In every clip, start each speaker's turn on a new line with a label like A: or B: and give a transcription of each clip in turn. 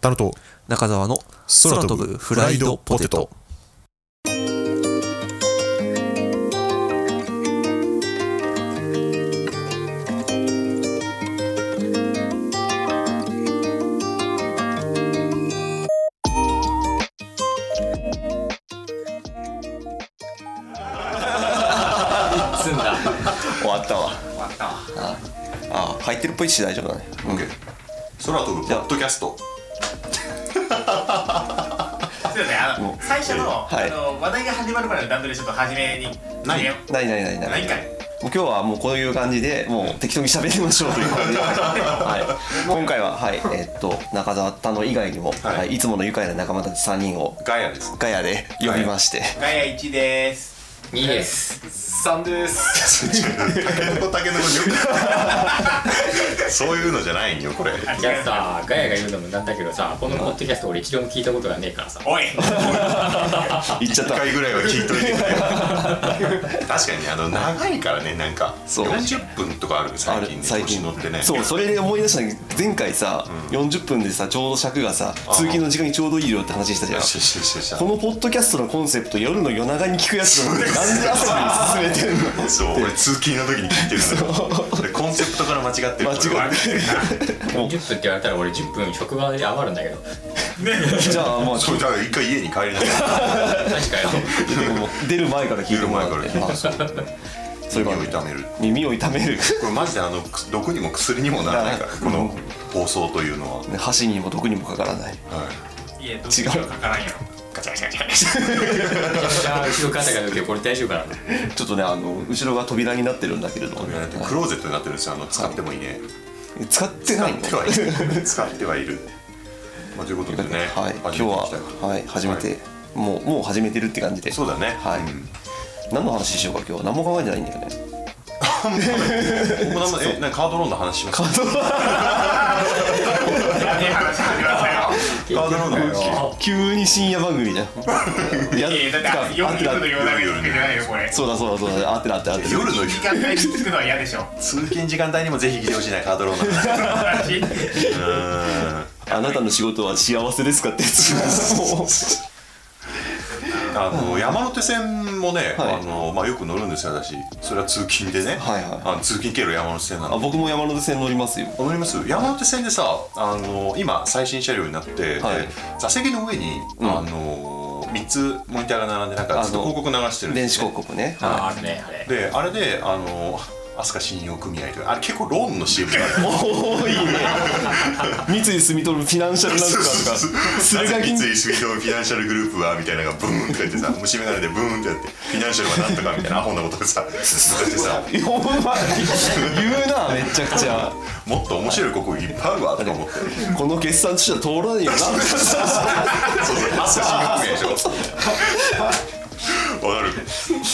A: タロと
B: 中澤の空飛ぶフライドポテト。
C: 済んだ
D: 終わったわああ入ってるっぽいし大丈夫だね、うん、
A: 空飛ぶポッドキャスト
C: そうですねあの最初の,、
D: はい
C: あの話題が始まるまでの段取りちょっと初めに
A: ない
C: よ
D: ないないないない
C: ないんかい
D: もう今日はもうこういう感じでもう適当に喋りましょうとい う感じで、はい、今回は、はいえっと中澤たの以外にも、
A: は
D: はいいい、つもの愉快な仲間たち3人を
A: ガヤです
D: ガヤで呼びまして、
C: ガヤ1です
E: 2です3です
A: タケノコタケノコ そういうのじゃないんよこれ
C: あ違
E: いや
C: う
E: さガヤが言うのもなんだけどさこのポッドキャスト俺一度も聞いたことがねえからさ
C: おい
D: 行っちゃ
A: 一
D: った
A: 回ぐらいは聞いといてくれ確かにねあの長いからねなんか
D: そう
A: 40分とかある
D: あ
A: 最
D: る
A: 近ね
D: 最
A: 調子
D: 近
A: 乗ってね
D: そうそれで思い出したんだけど前回さ、40分でさちょうど尺がさ通勤の時間にちょうどいいよって話したじゃん
A: よしよしよしよし
D: このポッドキャストのコンセプト夜の夜中に聞くやつなのになんで朝に進めてん の
A: そう俺通勤の時に聞いてるのよでコンセプトから間違ってる
D: 間 違
E: 40分って言われたら俺10分職場で余るんだけど
D: じゃあまあち
A: そ
D: ょ
A: うだから一回家に帰りなさい
E: 確かよ
D: 出る前から聞いてもらって
A: 出る前から聞いて
D: あそうそういう
A: 耳を
D: 感じ
A: 痛める
D: 耳を痛める
A: これマジであのく毒にも薬にもならないから
D: うん
A: この放送というのは、
D: 箸にも毒にもかからない
A: はい
C: やどっちかかからんよガチャガチャガチャガチャ
E: 後ろ肩が抜けてこれ大丈夫かな
D: ちょっとねあの後ろが扉になってるんだけれども
A: いやだってクローゼットになってるんですよあの使ってもいいね、
D: 使ってないの
A: 使ってはいる 使ってはいる、まあ、ということでね、
D: はい今日ははい始め
A: は
D: てもうもう始めてるって感じで
A: そうだね
D: はい
A: うん
D: 何の話しようか今日何も考えてないんだよね
A: 僕なんかえなんかカードローンの話しますカ
C: 何話始まったよ
A: ードローンの話
D: 急に深夜番組じゃんや
C: いやいやだって夜
D: あ
C: に
D: て
C: 行
D: な
C: くの夜だけどじゃないよこれ
D: そうだそうだそうだあってなってあってな
A: 夜の
C: 時間帯に聞くのは嫌で しょ
A: 通勤時間帯にもぜひ来てほしいなカードローンの話う
C: 私
A: ーん
D: あなたの仕事は幸せですかってやつ もう
A: あの山手線もね、
D: はい
A: あのまあ、よく乗るんですよ私それは通勤でね、
D: はいはい
A: あの通勤経路山手線なんで
D: あ僕も山手線乗りますよ
A: 思います山手線でさあの今最新車両になって、
D: はい
A: で座席の上に、
D: ん
A: あの3つモニターが並んでなんかずっと
D: あの
A: 広告流してるんで
D: 電
A: す
D: 子
A: よね
D: 広告ね
E: ああるねあれ
A: であれであの飛鳥信用組合とかあれ結構ローンの CM がある
D: おおいいね三井住友フィナンシャルなんとかとか
A: な
D: 鶴
A: ぜ三
D: ヶ
A: 井
D: 銀
A: 住友フィナンシャルグループはみたいなのがブーンって書いて さ虫眼鏡でブーンってやってフィナンシャルはなんとかみたいなアホなことが さ進んでさ
D: ほんま言うなめちゃくちゃ
A: もっと面白い広告いっぱいあるわとか思って
D: この決算としては通らないよな
A: そうそう、マスクでしょ。わかる。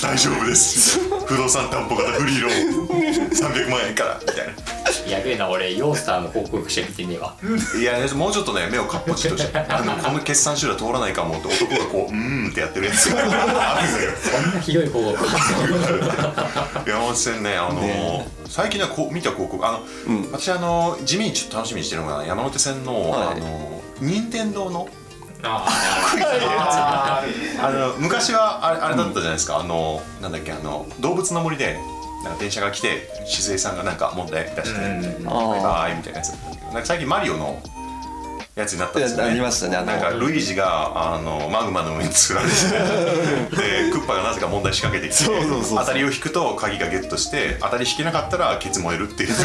A: 大丈夫です。不動産担保型フリーローン、三百万円からみたいな。
E: やべえな俺ヨースターの報告書見てねえわ
A: いや、もうちょっとね、目をかっぽちっとして、あの、この決算書類は通らないかもって、男がこう、うーんってやってるやつが。あるのよ。
E: こんなひどい報告
A: 山本線ね、あのー
D: ね
A: 最近はこう見た広告あの、私あの地味にちょっと楽しみにしてるのが山手線の、
D: はい
A: あの任天堂の
E: あ
A: あの昔はあれあれだったじゃないですか、あのなんだっけあの動物の森でなんか電車が来て静江さんがなんか問題出して、
E: あ
D: あ
A: バイバイみたいなやつだったんだけどなんか最近マリオのやつになったん
D: あ
A: ですよ
D: や
A: ね
D: りましたねあ
A: なんか
D: の
A: ルイージがあのマグマの上に作られ てでクッパがなぜか問題仕掛けてきて
D: そうそうそうそう
A: 当たりを引くと鍵がゲットして当たり引けなかったらケツ燃えるっていうや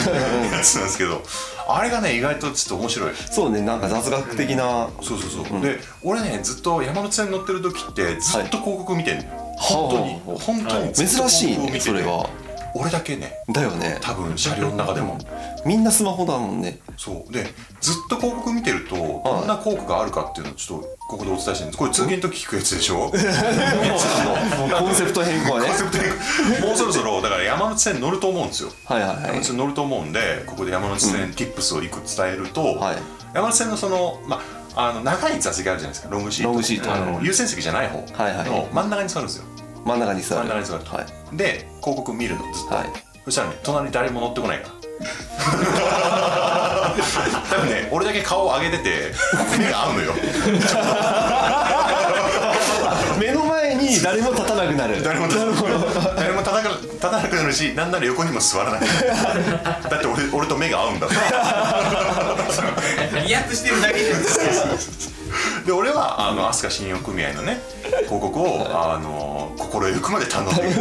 A: つなんですけどあれがね意外とちょっと面白い
D: そうねなんか雑学的な
A: そうそうそう、で俺ねずっと山手線乗ってる時ってずっと広告見てんのよ、本当
D: は
A: に
D: あ
A: 本当にずっと
D: 珍しい
A: 広告見
D: ね
A: てて
D: それは
A: 俺だけね
D: だよね
A: 多分車両の中でも
D: みんなスマホだもんね
A: そうでずっと広告見てるとどんな効果があるかっていうのをちょっとここでお伝えしてるんですこれ通勤の時聞くやつでしょ
D: もうコンセプト変更ね
A: もうそろそろだから山手線乗ると思うんですよ
D: はいはいは
A: 山
D: い
A: 手線乗ると思うんでここで山手線 tips をいくつ伝えると、
D: はい
A: 山手線のその,、まあ、あの長い座席あるじゃないですかロングシート
D: ロングシート
A: あの優先席じゃない方
D: はいはい
A: の真ん中に座るんですよ
D: 真ん中に座る
A: 真ん中に座る
D: はい
A: で広告見るのずっと、
D: はい
A: そしたらね隣に誰も乗ってこないから 多分ね俺だけ顔上げてて目が合うのよ
D: 目の前に誰も立たなくなる
A: 誰も誰も立たなく立たなくなるしなんなら横にも座らないだって俺俺と目が合うんだもん
C: リアッとしてるだけじゃん
A: で俺はあの飛鳥信用組合のね広告をあの心ゆくまで堪能できるウ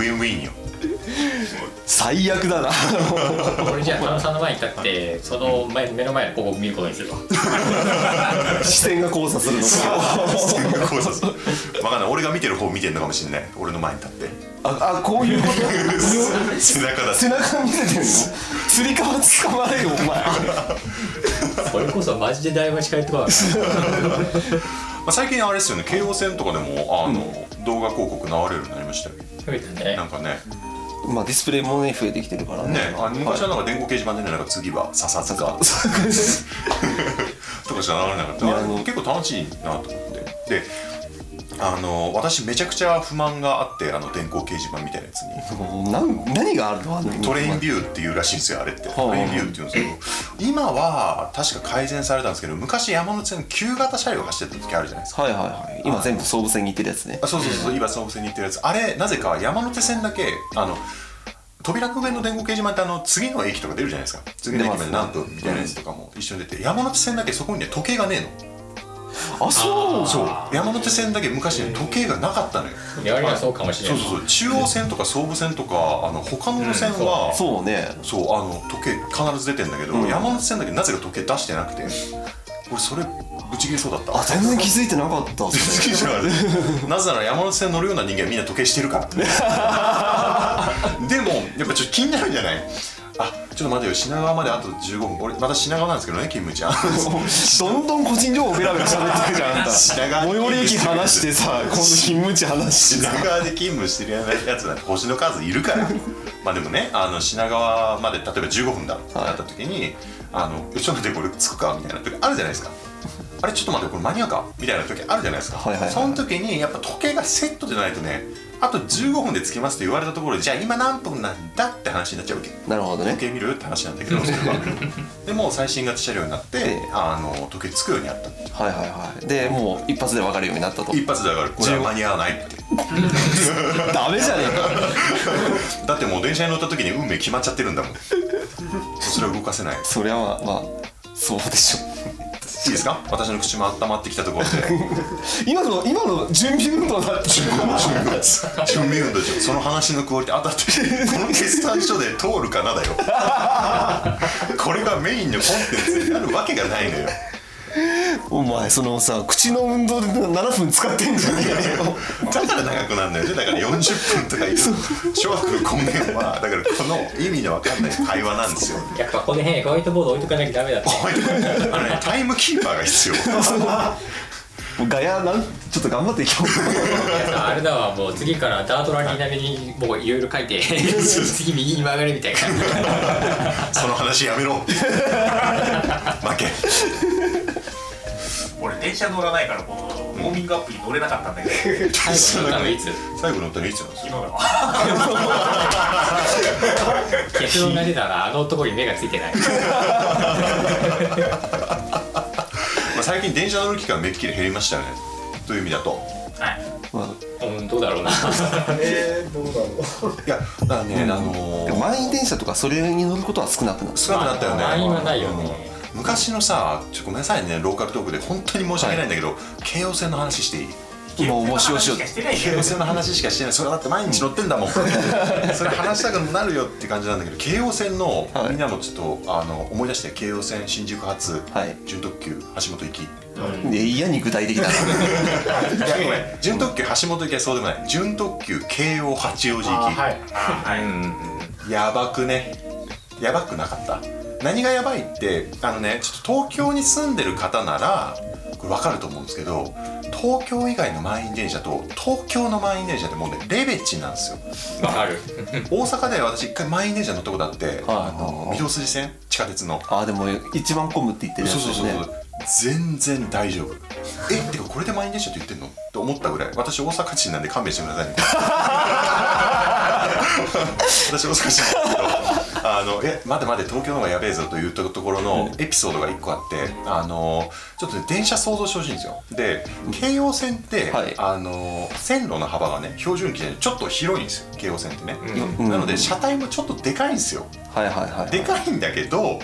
A: ィンウィンよ
D: 最悪だな
E: 俺じゃあ狩野さんの前に立ってその前目の前の広告見ることにするわ
D: 視線が交差するの
A: 全部考察分かんない俺が見てる方見てんのかもしんない俺の前に立って
D: ああこういうこと
A: 背中だって
D: 背中見せてるの つり革捕まえよお前
E: それこそマジでだいぶ近いとこだか
A: まあ、最近あれですよね京王線とかでもあの、動画広告流れるようになりましたよ
E: らみたい
A: な
E: なん
A: かね
D: まあディスプレイもね増えてきてるからね
A: ねあ昔はなんか電光掲示板でねなんか次は笹塚 とかじゃ流れなかった、
D: ね
A: あれ
D: あの
A: 結構楽しいなと思ってであの私めちゃくちゃ不満があってあの電光掲示板みたいなやつに
D: もうなん何があるのあの
A: トレインビューっていうらしいんですよあれって
D: あ
A: トレインビューっていうんですけど今は確か改善されたんですけど昔山手線旧型車両が走ってた時あるじゃないですか
D: はいはいはい今全部総武線に行ってるやつね
A: あそうそうそう、今総武線に行ってるやつあれなぜか山手線だけあの扉の上の電光掲示板ってあの次の駅とか出るじゃないですか次の駅まで何分みたいなやつとかも一緒に出て山手線だけそこにね時計がねえの
D: あそう
A: そう山手線だけ昔ね時計がなかったのよ
E: 言われはそうかもしれ
A: そ
E: な
A: う
E: い
A: そうそう中央線とか総武線とかあの他の路線は、そう
D: そうね
A: あの時計必ず出てんだけど、
D: うん
A: 山手線だけなぜか時計出してなくて俺それぶち切れそうだった
D: あ全然気づいてなかったっすね
A: 好きじゃ ないなぜなら山手線乗るような人間はみんな時計してるからでもやっぱちょっと気になるじゃないあちょっと待てよ品川まであと15分俺また品川なんですけどねキムちゃん
D: どんどん個人情報ベラベラ喋ってるじゃんあんた
A: 品川
D: 最寄り駅話して さ今度勤務地話して
A: 品
D: さ
A: 川で勤務してるやつなんて星の数いるから まあでもねあの品川まで例えば15分だってなった時に「あのちょっと待ってこれ着くか」みたいな時あるじゃないですか。あれちょっと待ってこれ間に合うかみたいな時あるじゃないですか、
D: はいはいはい
A: その時にやっぱ時計がセットでないとねあと15分で着きますと言われたところでじゃあ今何分なんだって話になっちゃうわけ
D: なるほどね
A: 時計見るって話なんだけ どそれはでもう最新型車両になって、
D: ええ
A: あの時計着くようになった
D: はいはいはいでもう一発で分かるようになったと
A: 一発で上がるこれは間に合わないって
D: ダメじゃねえか
A: だってもう電車に乗った時に運命決まっちゃってるんだもんそれは動かせないい
D: そりゃまあまあそうでしょ
A: いですか私の口も温まってきたところで
D: 今の今の準備運動だって
A: 準備運動中その話のクオリティ当たってこの決算書で通るかなだよこれがメインのコンテンツになるわけがないのよ
D: お前そのさ口の運動で7分使ってんじゃねえよ
A: だから長くなるんだよねだから40分とかいう小学の根源はだからこの意味のわかんない会話なんですよ
E: やっぱこの辺にホワイトボード置いとかなきゃダメだって
A: あのねタイムキーパーが必要
D: もうガヤなんちょっと頑張っていこう
E: あれだわもう次からダートラリー並みにもういろいろ書いて次右に曲がるみたいな
A: その話やめろ負け
C: 俺電車乗らないからこのウォーミングアップに乗れなかったんだけど
E: 最後の歌はいつ
A: 最後の歌いつなんですよ
C: 昨日だわ
E: 結論が出たらあの男に目がついてない
A: まあ、最近電車乗る機会はめっきり減りましたよねという意味だと
C: はい
D: ま
E: うんどうだろうな
A: いやだからね、あの
D: あ
A: ー
D: 満員電車とかそれに乗ることは少なくなる
A: 少なくなったよね、
E: まあ今ないよね
A: うん昔のさちょっとごめんなさいねローカルトークで本当に申し訳ないんだけど、京王線の話していい
D: もう面白いしよう
C: してないけ
A: 京
C: ど
A: 王線の話しかしてないそれだって毎日乗ってんだ もんそれ話したくなるよって感じなんだけど京王線の、
D: はい
A: みんなもちょっとあの思い出して京王線新宿発、
D: はい
A: 準特急橋本行き
D: で嫌に具体的だ な
A: いやごめん準特急橋本行きはそうでもない準特急京王八王子行き、
E: はい
C: はい
A: やばくねやばくなかった何がやばいってあのねちょっと東京に住んでる方ならこれ分かると思うんですけど東京以外の満員電車と東京の満員電車ってもうねレベチなんですよ
E: わかる
A: 大阪で私一回満員電車乗ったことあって、あの
D: はい
A: 御堂筋線地下鉄の
D: あーでも一番混むって言ってるやつ
A: そう
D: で
A: そうそう
D: すね
A: そう全然大 丈夫えってかこれで満員電車って言ってんのって思ったぐらい私大阪人なん で勘弁してくださいみたいな私大阪人なんですけあのえ待て待て東京の方がやべえぞというところのエピソードが1個あってあのちょっとね電車想像してほしいんですよで京葉線って、
D: はい
A: あの線路の幅がね標準機でちょっと広いんですよ京葉線ってね、
D: うんうん
A: なので車体もちょっとでかいんですよ
D: はいはいはい
A: でかいんだけど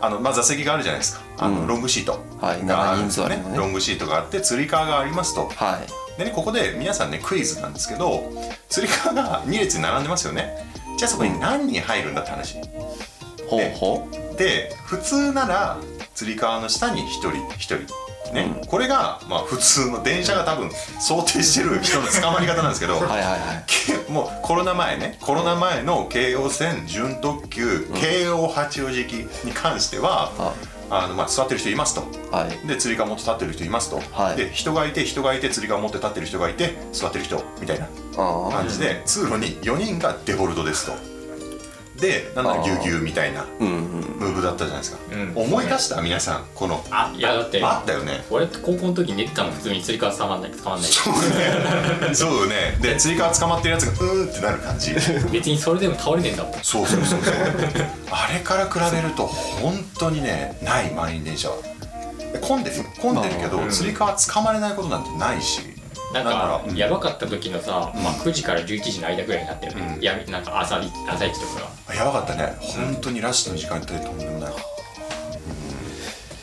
A: あの、まあ、座席があるじゃないですかあの、
D: うん
A: ロングシート
D: はい
A: があるんですよ
D: 長い
A: ね
D: 人数あるのね
A: ロングシートがあって釣り革がありますと
D: はい
A: でねここで皆さんねクイズなんですけど釣り革が2列に並んでますよねじゃあそこに何人入るんだって話
D: ほうほう
A: で普通なら釣り革の下に1人1人ね、これが、まあ、普通の電車が多分想定してる人の捕まり方なんですけど、
D: はいはいはい
A: けもうコロナ前ねコロナ前の京王線準特急京王八王子行きに関しては、
D: あ
A: あのまあ、座ってる人いますと
D: はい
A: で釣り革持って立ってる人いますと、
D: はい
A: で人がいて人がいて釣り革持って立ってる人がいて座ってる人みたいな
D: あ
A: 感じで通路に4人がデフォルトですとでなんならぎゅうぎゅうみたいな
D: ーうんうん
A: ムーブだったじゃないですか、
E: うん
A: 思い出した皆さんこの
E: あいやだって
A: あったよね
E: 俺高校の時寝てたの普通に釣り革捕まんない捕まんない
A: そうねそうねで釣り革捕まってるやつがうーんってなる感じ
E: 別にそれでも倒れねえんだもん
A: そうそうそうそうあれから比べると本当にねない満員電車は混んでる混んでるけど、
E: まあうん
A: つり革捕まれないことなんてないし
E: なん
A: だ
E: か
A: から
E: やばかった時のさ、まあ、9時から11時の間ぐらいになってるね、
A: うん
E: やなんか朝一朝一とかが
A: やばかったね本当にラッシュの時間帯とんでもない、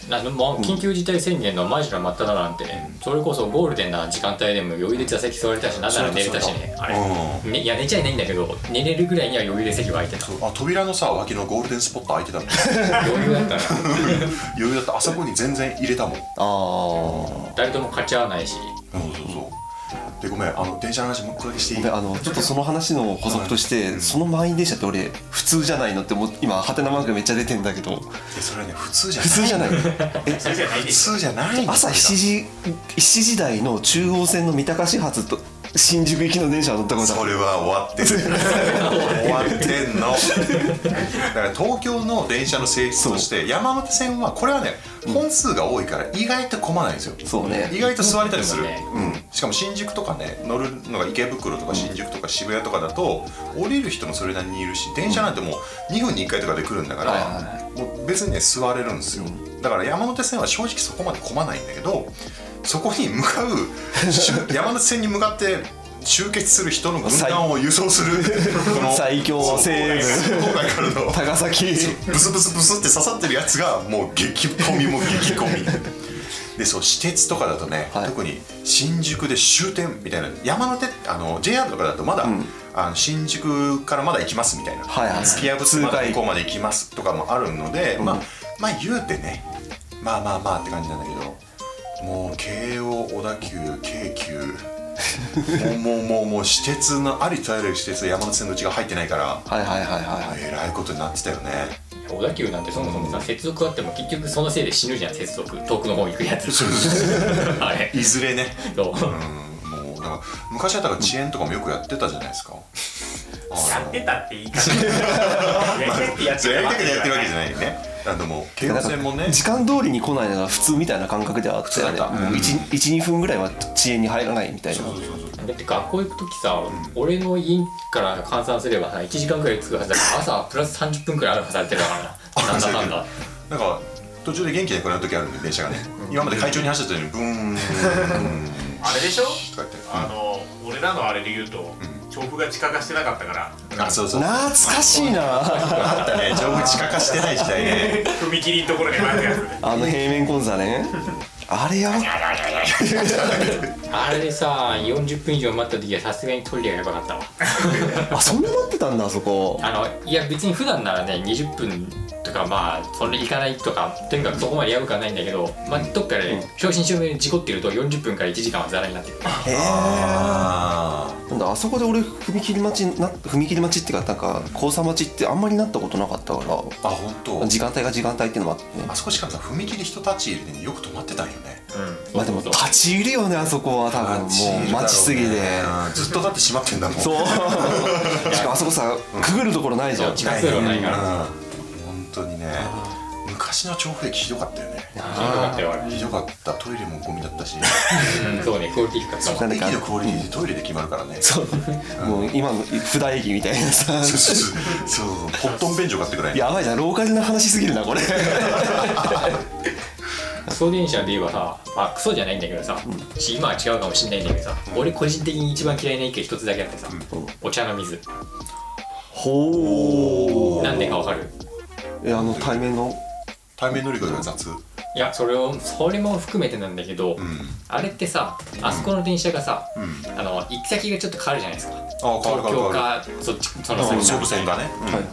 E: なまあ、緊急事態宣言のマジの真っ只中なんてね、それこそゴールデンな時間帯でも余裕で座席座れたし、なんなら寝れたしね、あれ、
A: う
E: ねいや、寝ちゃいないんだけど、寝れるぐらいには余裕で席は空いて た、
A: あ扉のさ脇のゴールデンスポット開いてたの
E: 余裕だったら、
A: 余裕だったあそこに全然入れたもん
D: ああ
E: 誰とも勝ち合わないし、
A: そうそうそうでごめんあの電車の話もう一個だけしていい
D: で あのちょっとその話の補足として、その満員電車って俺普通じゃないのって思っ今ハテナマークがめっちゃ出てんだけど
A: えそれはね普通じゃない
D: 普通じゃ ないえ
C: それじゃないで
A: 普
C: す
A: 通じゃない
D: 朝7時7時台の中央線の三鷹始発と新宿行きの電車は乗ったことあ
A: そ
D: る
A: れは終わってる終わってんのだから東京の電車の性質として山手線はこれはね本数が多いから意外と混まないんですよ
D: そうね
A: 意外と座れたりする、
E: そうね
A: うん、しかも新宿とかね乗るのが池袋とか新宿とか渋谷とかだと降りる人もそれなりにいるし電車なんてもう2分に1回とかで来るんだか
D: はいはい
A: らもう別にね座れるんですよだから山手線は正直そこまで混まないんだけどそこに向かう しゅ山手線に向かって集結する人の軍団を輸送す るこの
D: 最強
A: そう
D: 西武
A: 郊外からの
D: 高崎
A: ブスブスブスって刺さってるやつがもう激込みも激 込みでそう私鉄とかだとね、
D: はい
A: 特に新宿で終点みたいな山手あの JR とかだとまだ、
D: ん
A: あの新宿からまだ行きますみたいな、
D: はいはい
A: スピアブスまで向こうまで行きますとかもあるので、
D: ん
A: まあまあ言うてねまあまあまあって感じなんだけどもう京王小田急京 急もうもうもうもう私鉄のありとあらゆる私鉄山手線のうちが入ってないから
D: はいはいはいはいはい
A: えらいことになってたよね。
E: 小田急なんてそもそもさ、接続あっても結局そのせいで死ぬじゃん、接続、遠くの方行くやつ、あれ、
A: いずれね、
E: そう、
A: うん、もうだから昔はだから遅延とかもよくやってたじゃないですか。
C: やってたって言 い方やってってやって
A: やりたくてやってるわけじゃ
C: な
A: な
C: い
A: いよね。あのもう京王線もね、
D: 時間通りに来ないのが普通みたいな感覚ではあって、
A: 普通だった
D: 12分ぐらいは遅延に入らないみたいな
A: そうそうそう
E: だって学校行く時さ、俺の家から換算すればさ1時間くらい着くはずだから朝プラス30分くらいあるはずだってるから ななんだかんだ
A: なんか途中で元気なくなる時あるんで電車がね、今まで会長に走ってたのにブーンブーン
C: あれでしょ
A: とか言って、
C: あの俺らのあれで言うと調布が地下化してなかったから
A: あそうそう。
D: 懐
A: あ
D: かしいな
A: ったね、上部地下化してない時代ね。
C: 踏切のところに前の やつで
D: あの平面コン 座ねあれやば
E: あれでさ40分以上待った時はさすがにトイレがやばかったわ
D: あそんななってたんだあそこ
E: あのいや別に普段ならね20分とかまあそれ行かないとかとにかくそこまでやばくはないんだけど、まあ、どっかで正真正銘に事故ってると40分から1時間はザラになってる
D: へえ
A: あ
D: なんだあそこで俺踏切待ちな踏切待ちっていうかなんか交差待ちってあんまりなったことなかったか
A: ーあ、本当
D: ら。時間帯が時間帯っていうのもあってね
A: あそこしかもさ踏切人立ち入りでねよく止まってたんよね。
E: うん
D: まあでも
E: そう
D: 立
E: そうそう
D: ち入るよねあそこは多分もう待ちすぎで
A: うんずっと立ってしまってんだもん。
D: そうしかもあそこさくぐるところないじゃん
E: そう地下通路ないから
A: うん本当にね昔の調布駅ひどかったよね
E: かったよあれ
A: ひどかったトイレもゴミだったし
E: うんそうねクオリティ低かった
D: な
E: わ
D: んだ
A: 駅
D: か
A: のクオリティでトイレで決まるからね
D: そうもう今の普段駅みたいなさ
A: そうそうそうそうポットン便所買ってくらい
D: やばいじゃんローカルな話すぎるなこれ
E: クソ電車で言えばさまあクソじゃないんだけどさし今は違うかもしんないんだけどさ俺個人的に一番嫌いな意見一つだけあってさお茶の水
D: ほ
E: なんでかわかる
D: えあの対面の
A: 対面乗り換えが雑うん
E: いやそれをそれも含めてなんだけどあれってさあそこの電車がさ
A: うん
E: あの行き先がちょっと変わるじゃないですか
A: あ変わる変わる
E: 東京
A: 変わ
E: かそっちその
A: るうん
E: 先
A: 総武線がねうん
D: はいはい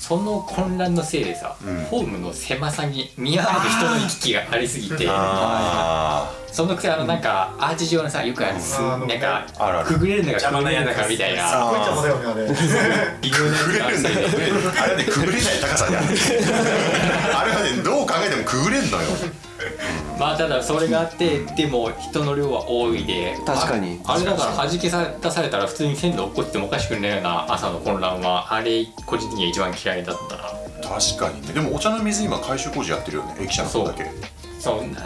E: その混乱のせいでさ、
A: うん
E: ホームの狭さに見合わぬ人の行き来がありすぎて
A: あ
E: そのくせあのなんかアーチ状のさよくあるす
F: あーあ
E: なん
F: の
E: か
A: ーあるある
E: くぐれるのがくぐれるのかみたい
F: す
E: な
F: ごい邪魔だよねあれ
E: 微妙なやつがあるんだよね
A: あれはねくぐれない高さにあるあれはねどう考えてもくぐれんのよ
E: まあただそれがあってでも人の量は多いで
D: 確かに
E: ああれだから弾けさ出されたら普通に線路落っこってもおかしくないような朝の混乱はあれ個人的には一番嫌いだったな
A: 確かにねでもお茶の水今改修工事やってるよね駅舎の方だけ
E: そうな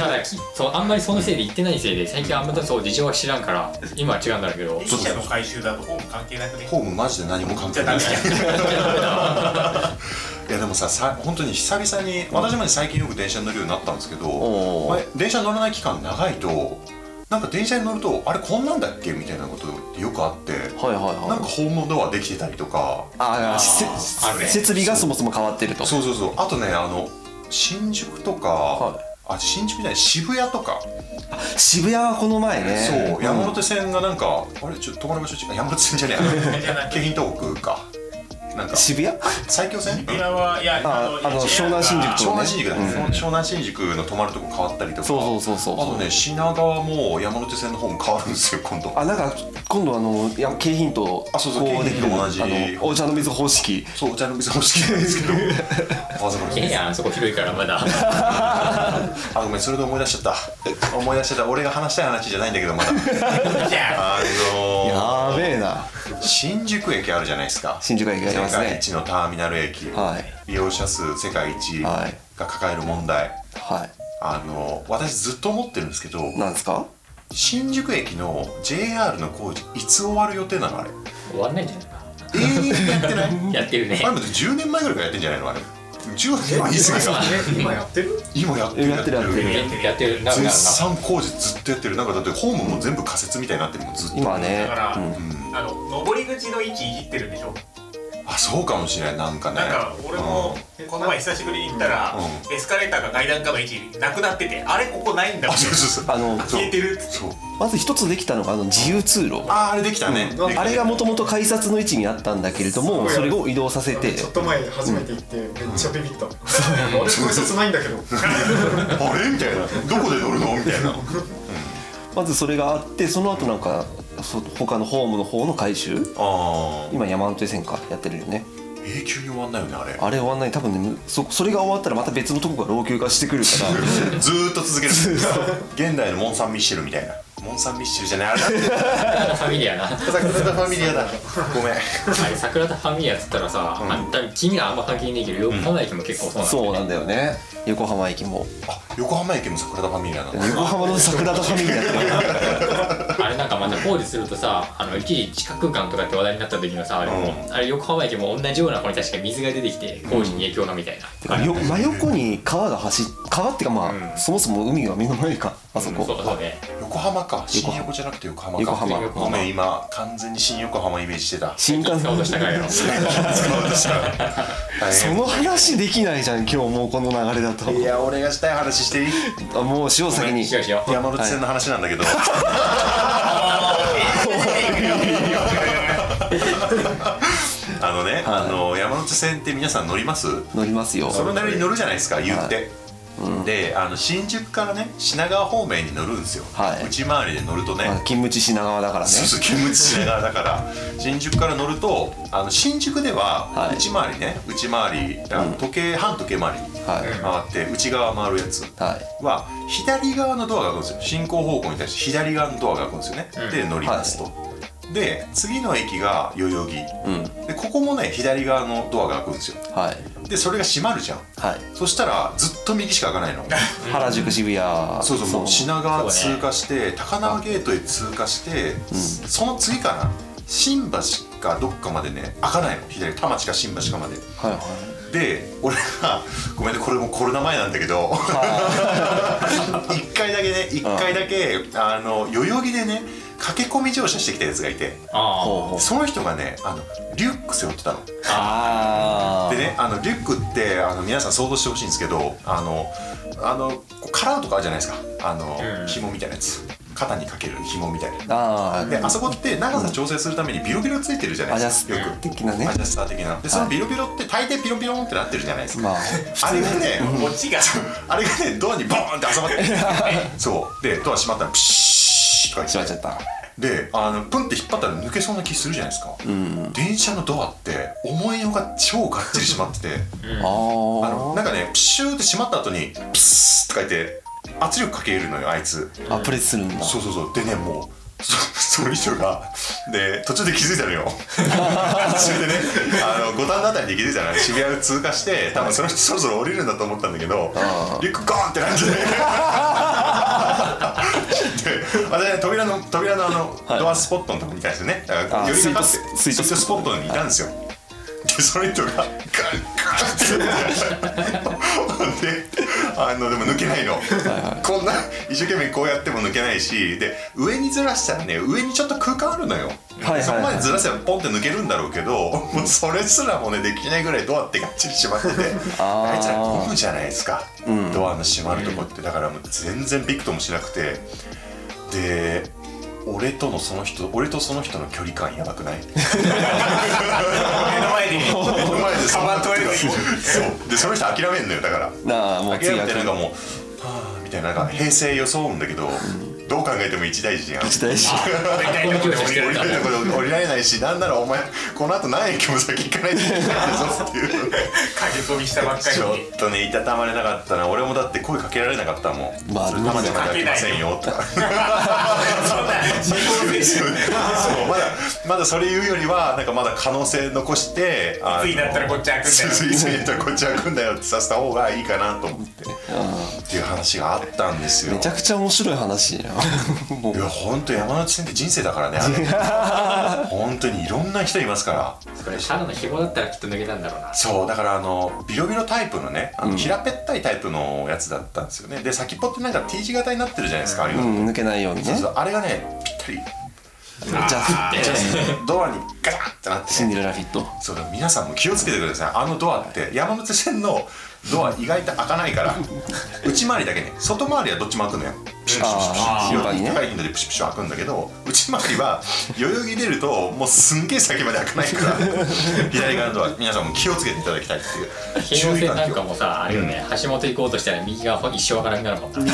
E: ただきそうあんまりそのせいで行ってないせいで最近あんまりそう事情は知らんから今は違うんだろうけど
A: そう
F: 駅舎の回収だとホーム関係なくね
A: ホームマジで何も関
F: じゃ
A: 係
F: あ
A: な
F: ダ
A: い
F: メだよ
A: いやでもささ本当に久々に私まで最近よく電車に乗るようになったんですけど
D: おー
A: 前電車乗らない期間長いとなんか電車に乗るとあれこんなんだっけみたいなことってよくあって
D: はいはい
A: なんか
D: はい
A: ホームドアできてたりとか
D: あー
E: あるね
D: せ設備がそもそも変わってると
A: そうそうそうあとねあの新宿とか、
D: は
A: あ新宿じゃない渋谷とか、
D: 渋谷はこの前ね
A: そう山
D: ん
A: 手線がなんか、あれちょっと止まる場所違う山手 線じゃねえ京浜東北かなんか
D: 渋谷
A: 埼京線
F: 扉はいや
D: ああの湘南新宿
A: 湘南新宿だね、
D: うん
A: 湘南新宿の泊まるとこ変わったりとか
D: そうそうそうそう
A: あとね品川も山手線の方も変わるんですよ今度
D: あなんか今度あのいや景品と
A: あそうそう
D: こできる
A: 京浜と同じ
D: あのお茶の水方式
A: そうお茶の水欲しきなん ですけどあそうか
E: ええやんあそこ広いからまだ
A: あごめんそれで思い出しちゃ った思い出しちゃった俺が話したい話じゃないんだけどまだあの
D: やべえな
A: ー、新宿駅あるじゃないですか
D: 新宿駅あり
A: 世
D: ます
A: 界
D: ね
A: 一のターミナル駅、
D: はい
A: 利用者数世界一
D: は
A: が
D: い
A: 抱える問題、
D: は
A: あのー私ずっと思ってるんですけど
D: いなんですか
A: 新宿駅の JR の工事いつ終わる予定なのあれ
E: 終わんないんじゃないか
A: 永遠にやってない
E: やってるね
A: あれも10年前ぐらいからやってんじゃないのあれ10年前言い過ぎか
F: 今やってる
A: 今やってる
D: やってるやってる
E: やってるなるな
A: 絶
E: る
A: 賛工事ずっとやってるなんかだってホームも全部仮設みたいになってるもんずっと
D: 今
F: だ
D: ね
F: から
D: うん
F: あの上り口の位置いじってるでしょ
A: あそうかもしれないなんかね
F: なんか俺もこの前久しぶりに行ったら
A: う
F: エスカレーターが階段下の位置なくなっててあれここないんだ
A: あそうそうそう
D: あの
A: そう
F: 消えてるっつって
A: そう
D: まず一つできたのがあの自由通路
A: あーあれできたね、できた
D: あれがもともと改札の位置にあったんだけれどもそれを移動させて
F: ちょっと前初めて行ってめっちゃビビった、俺こいつないんだけど
A: あれみたいなどこで乗るのみたいな
D: まずそれがあってその後なんかそ他のホームの方の改修
A: あー
D: 今山手線かやってるよね
A: 永久に終わんないよねあれ
D: あれ終わんない多分ねむそそれが終わったらまた別のとこが老朽化してくるから
A: ずーっと 続ける現代のモン・サン・ミッシェルみたいなモン・サン・ミッシェルじゃないあれだ
E: 桜田ファミリアな
A: 桜田ファミリアだごめん
E: あれ桜田ファミリアっつったらさ、あんた君らあんま関係ねえけど横浜駅も結構
D: そ
E: そう
D: う
E: な
D: なん
E: んだよね
D: だよね横浜駅も
A: あ横浜駅も桜田ファミリアなんだ
D: 横浜の桜田ファミリアって
E: あれなんかまた工事するとさあの一時地下空間とかって話題になった時のさあれも、あれ横浜駅も同じような子に確か水が出てきて工事に影響がみたいな、あれ
D: よ真横に川が走っ川ってかまあ、そもそも海が目の前かあそこ、
E: そうそうね
A: 横浜か新横じゃなくて横浜か
D: 横浜
E: 横浜
A: ごめん今完全に新横浜イメージして た
D: 新幹
E: 使おうとした
D: 線
E: からや ろ
A: 大
D: そ
A: 変
D: の話できないじゃん今日もうこの流れだと
A: いや俺がしたい話していい
D: あもう塩先に
E: しようしよ う
A: 山手線の話なんだけど、 あのね、あの山手線って皆さん乗ります
D: 乗りますよ
A: それなりに乗るじゃないですか言って、であの新宿からね品川方面に乗るんですよ、
D: はい
A: 内回りで乗るとね、
D: まあ勤務地品川だからね
A: そうそう勤務地しながらだから新宿から乗るとあの新宿では
D: はい
A: 内回りね、内回りあの時計半時計回り
D: はい
A: 回って内側回るやつ
D: はい
A: は左側のドアが開くんですよ進行方向に対して左側のドアが開くんですよね、で乗りますと、で次の駅が代々木
D: うん
A: でここもね左側のドアが開くんですよ
D: はい
A: でそれが閉まるじゃん
D: はい
A: そしたらずっと右しか開かないの
D: 原宿渋谷
A: そうそうもう品川通過して、高輪ゲートへ通過して、その次かな新橋かどっかまでね開かないの左田町か新橋かまで
D: はいはい
A: で俺が ごめんねこれもコロナ前なんだけ ど一回だけね一回だけあの代々木でね駆け込み乗車してきたやつがいて
D: ほう
E: あ
D: ほう
A: その人がねあのリュック背負ってたの
D: あ
A: でねあのリュックってあの皆さん想像してほしいんですけどあのあのこうカラーとかあるじゃないですかあの、
E: うん
A: 紐みたいなやつ肩にかける紐みたいな
D: あ
A: で
D: ー
A: あそこって長さ調整するためにビロビロついてるじゃない
D: アジ
A: で
D: ャ
A: す
D: ス
A: かよく
D: 的なね
A: アジャスター的なでそのビロビロって大抵ピロピロンってなってるじゃないですか、
D: まあ
A: あれがね、
C: こっちが
A: あれがねドアにボーンって挟 まってそうでドア閉まったらピシーッとか言
D: しまっちゃった
A: であのプンって引っ張ったら抜けそうな気するじゃないですか、電車のドアって思いようが超がっちり閉まっててあ
D: あ
A: の
D: ー
A: なんかねプシューって閉まった後にピスーって書いて圧力かけるのよあいつ
D: あプレスするんだ
A: そうそうそうでねもうそ その人がで途中で気づいたのよ途中でねあの五反田あたりで気づいたのよ渋谷を通過して多分その人そろそろ降りるんだと思ったんだけどリュックゴーンって感じでで私ね扉の扉のあのドアスポットのとこに対してねだから
D: あ
A: 寄りかかって
D: スイートスイート
A: スポットにいたんですよ、でその人がガンガンってであのでも抜けないのこんな一生懸命こうやっても抜けないしで上にずらしたらね上にちょっと空間あるのよ、
D: はいはいはい
A: そこまでずらせばポンって抜けるんだろうけどもうそれすらもねできないぐらいドアってがっちり閉ま ってて
D: あ
A: あ
D: ー
A: いつら混むじゃないですか、
D: ん
A: ドアの閉まるとこってだからもう全然びくともしなくてで俺とのその人俺とその人の距離感やばくない
C: 目の前に
A: 目の前でそんな
C: カバン取れる
A: そうでその人諦めんのよだから
D: なあもう
A: 諦
D: 次
A: め
D: は
A: てなんかもう「はあ」みたいななんか平成装うんだけどどう考えても一大事じゃん
D: 時代史
E: あ大の教師
A: 降
E: して
A: り
E: る
A: られない降りられないしなんならお前この後何駅も先行かないといけないぞっていう
C: 駆け込みしたばっか
A: ちょ
C: りに
A: っとねいたたまれなかったな俺もだって声かけられなかったもん
D: まあ
A: それたまにはかけませんよとか
C: そんな自己精
A: そう
C: 神
A: まだまだそれ言うよりはなんかまだ可能性残してあの
C: いつになったらこっち開くんだよ
A: そういつになったらこっち開くんだよってさせた方がいいかなと思ってっていう話があったんですよ
D: めちゃくちゃ面白い話や も
A: いや本当山手線って人生だからねあれ本当にいろんな人いますから
E: これただの紐だったらきっと抜けたんだろうな
A: そうだからあのビロビロタイプのねあの平べったいタイプのやつだったんですよねで先っぽってなんか T 字型になってるじゃないですかあれ
D: う
A: が、
D: うん抜けないように
A: そう
D: ね
A: そうあれがねぴったり
D: じゃあ
E: えー
A: ドアにガラッてなって
D: シンデレラフィット
A: そうだ皆さんも気をつけてくださいあのドアって山手線のドア意外と開かないから内回りだけね外回りはどっちも開くのよピシュピシュピシュピシ
D: あー
A: ュ
D: やっぱりね
A: 高い頻度でプシュプシュ開くんだけど内回りは代々木出るともうすんげえ先まで開かないから左側のドア皆さんも気をつけていただきたいっていう
E: 京王線なんかもさあれよ
A: う
E: ね、橋本行こうとしたら右側一生わからなくなるもんな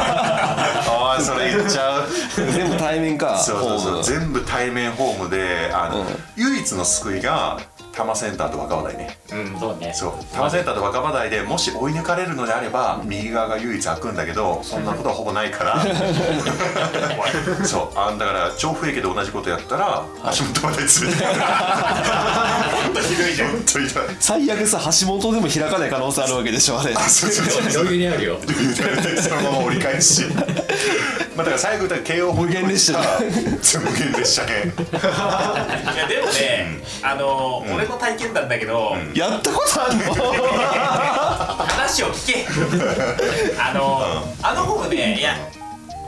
A: ああそれ言っちゃう
D: 全部対面か
A: そうそうそう
D: ホーム
A: 全部対面ホームであの、
D: うん
A: 唯一の救いが多摩センターと若葉台ね
E: うんそうね
A: そう多摩センターと若葉台でもし追い抜かれるのであれば右側が唯一開くんだけどそんなことはほぼないからそうあんだから調布駅で同じことやったら橋本まで連れてくる
C: もっとひどいじゃん
A: 本当に 痛い
D: 最悪さ橋本でも開かない可能性あるわけでしょあれ
A: そうそうそう
E: 余裕にあるよ
A: そのまま折り返しまあだから最後だから慶応無
D: 限列車
A: 無限列車編
C: いやでもねあの俺の体験談だけど
D: やったことあるの
C: 話を聞けあのあのホームねいや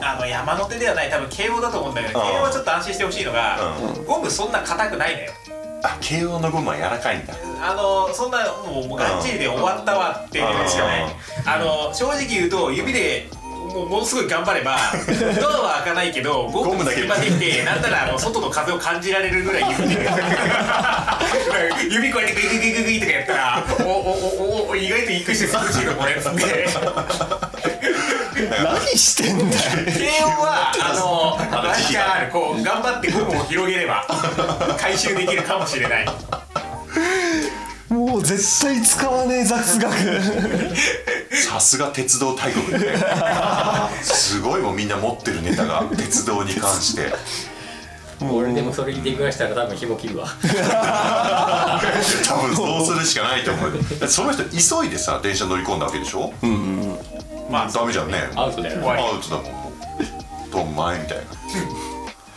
C: あの山手ではない多分慶応だと思うんだけど
A: うん
C: 慶応はちょっと安心してほしいのがゴムそんな硬くないのよ
A: あ慶応のゴムは柔らかいんだ
C: あのそんなもうもうがっちりで終わったわっていうしかないあの正直言うと指でもうものすごい頑張ればドアは開かないけどゴ
A: ゴ
C: ム
A: ムだ
C: だ
A: け
C: けできてなんならあの外の風を感じられるぐらい指で指こうやってグイグイグイグイグイとかやったらおおおおお意外といくして涼しいのこれっつって。
D: 何してんだよ
C: 慶応はあのワンチャンあるこう頑張ってゴムを広げれば回収できるかもしれない
D: もう絶対使わねえ雑学
A: さすが鉄道大国だ ねすごいもうみんな持ってるネタが鉄道に関して
E: 俺でもそれ言ってくらしたら多分紐切るわ
A: 多分そうするしかないと思うよだってその人急いでさ電車乗り込んだわけでしょ
C: まあ
A: ダメじゃんね
E: アウトだよ
C: 怖い
A: アウトだもんドンマイみたいな